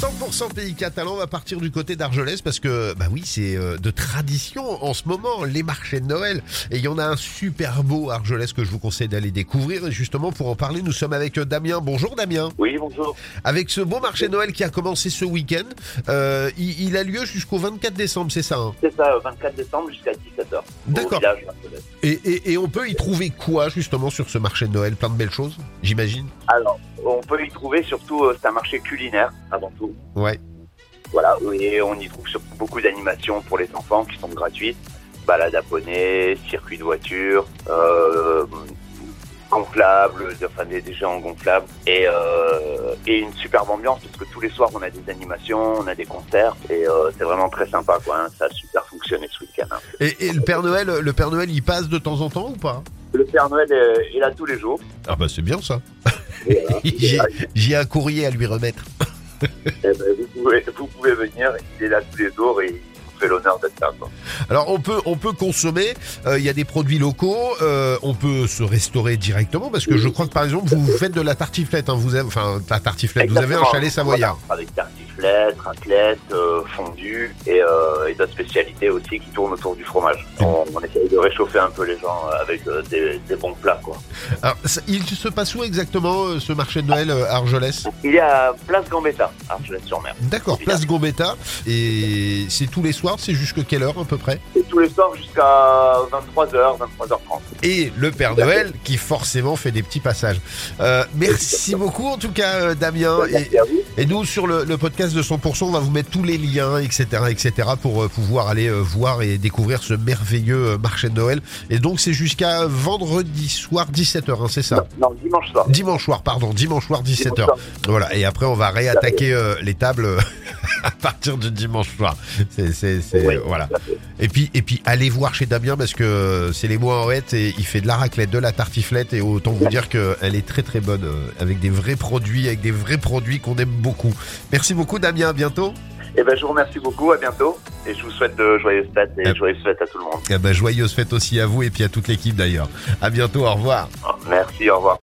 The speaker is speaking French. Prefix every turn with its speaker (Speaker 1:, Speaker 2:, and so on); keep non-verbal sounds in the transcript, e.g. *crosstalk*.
Speaker 1: 100% pays catalan, on va partir du côté d'Argelès parce que, bah oui, c'est euh, de tradition en ce moment, les marchés de Noël. Et il y en a un super beau à Argelès que je vous conseille d'aller découvrir. Et justement, pour en parler, nous sommes avec euh, Damien. Bonjour Damien.
Speaker 2: Oui, bonjour.
Speaker 1: Avec ce beau marché de Noël qui a commencé ce week-end, euh, il, il a lieu jusqu'au 24 décembre, c'est ça hein
Speaker 2: C'est ça, euh, 24 décembre jusqu'à 17h.
Speaker 1: D'accord. et, et- et on peut y trouver quoi justement sur ce marché de Noël Plein de belles choses, j'imagine
Speaker 2: Alors, on peut y trouver surtout, euh, c'est un marché culinaire avant tout.
Speaker 1: Ouais.
Speaker 2: Voilà, et on y trouve surtout beaucoup d'animations pour les enfants qui sont gratuites. Balade à poney, circuit de voiture, euh, gonflables, enfin des, des géants gonflables. Et, euh, et une superbe ambiance parce que tous les soirs on a des animations, on a des concerts. Et euh, c'est vraiment très sympa quoi, hein. ça a super fonctionné ce week-end. hein.
Speaker 1: Et, et le Père Noël, le Père Noël, il passe de temps en temps ou pas
Speaker 2: Le Père Noël euh, est là tous les jours. euh,
Speaker 1: Ah bah c'est bien ça.
Speaker 2: Voilà.
Speaker 1: J'ai j'ai un courrier à lui remettre.
Speaker 2: Eh ben, vous, pouvez, *laughs* vous pouvez venir, il est là tous les jours et il vous fait l'honneur d'être là. quoi.
Speaker 1: Alors on peut on peut consommer, euh, il y a des produits locaux, euh, on peut se restaurer directement parce que je crois que par exemple vous, vous faites de la tartiflette, hein, vous avez, enfin la tartiflette, vous avez un
Speaker 2: Exactement.
Speaker 1: chalet savoyard.
Speaker 2: Voilà, avec tartiflette, raclette, euh, fondue et, euh, et d'autres spécialités aussi qui tournent autour du fromage. On, on essaye de réchauffer un peu les gens avec euh, des, des bons plats. Quoi.
Speaker 1: Alors, ça- il se passe où exactement euh, ce marché de Noël euh, à Argelès
Speaker 2: Il y a Place Gambetta, Argelès-sur-Mer.
Speaker 1: D'accord, place Gambetta et c'est tous les soirs, c'est jusque quelle heure à peu près
Speaker 2: C'est tous les soirs jusqu'à 23h, 23h30.
Speaker 1: et le Père Noël qui forcément fait des petits passages. Euh, merci beaucoup en tout cas euh, Damien et,
Speaker 2: Merci à vous.
Speaker 1: Et nous, sur le, le podcast de 100%, on va vous mettre tous les liens, etc., etc., pour euh, pouvoir aller euh, voir et découvrir ce merveilleux euh, marché de Noël. Et donc, c'est jusqu'à vendredi soir, 17h, hein, c'est ça
Speaker 2: Non, non, dimanche soir.
Speaker 1: Dimanche soir, pardon, dimanche soir, 17h.
Speaker 2: Dimanche soir.
Speaker 1: Voilà, et après, on va réattaquer euh, *laughs* les tables à partir du dimanche soir. C'est, c'est, c'est-
Speaker 2: Oui.
Speaker 1: voilà. Et puis, et puis, allez voir chez Damien parce que euh, c'est les mois en hête et il fait de la raclette, de la tartiflette et autant vous dire qu'elle est très très bonne euh, avec des vrais produits, avec des vrais produits qu'on aime beaucoup. Merci beaucoup Damien, à bientôt.
Speaker 2: Et ben, je vous remercie beaucoup, à bientôt. Et je vous souhaite de joyeuses fêtes et
Speaker 1: Euh.
Speaker 2: joyeuses fêtes à tout le monde.
Speaker 1: Et ben, joyeuse fête aussi à vous et puis à toute l'équipe d'ailleurs. À bientôt, au revoir.
Speaker 2: Oh, Merci, au revoir.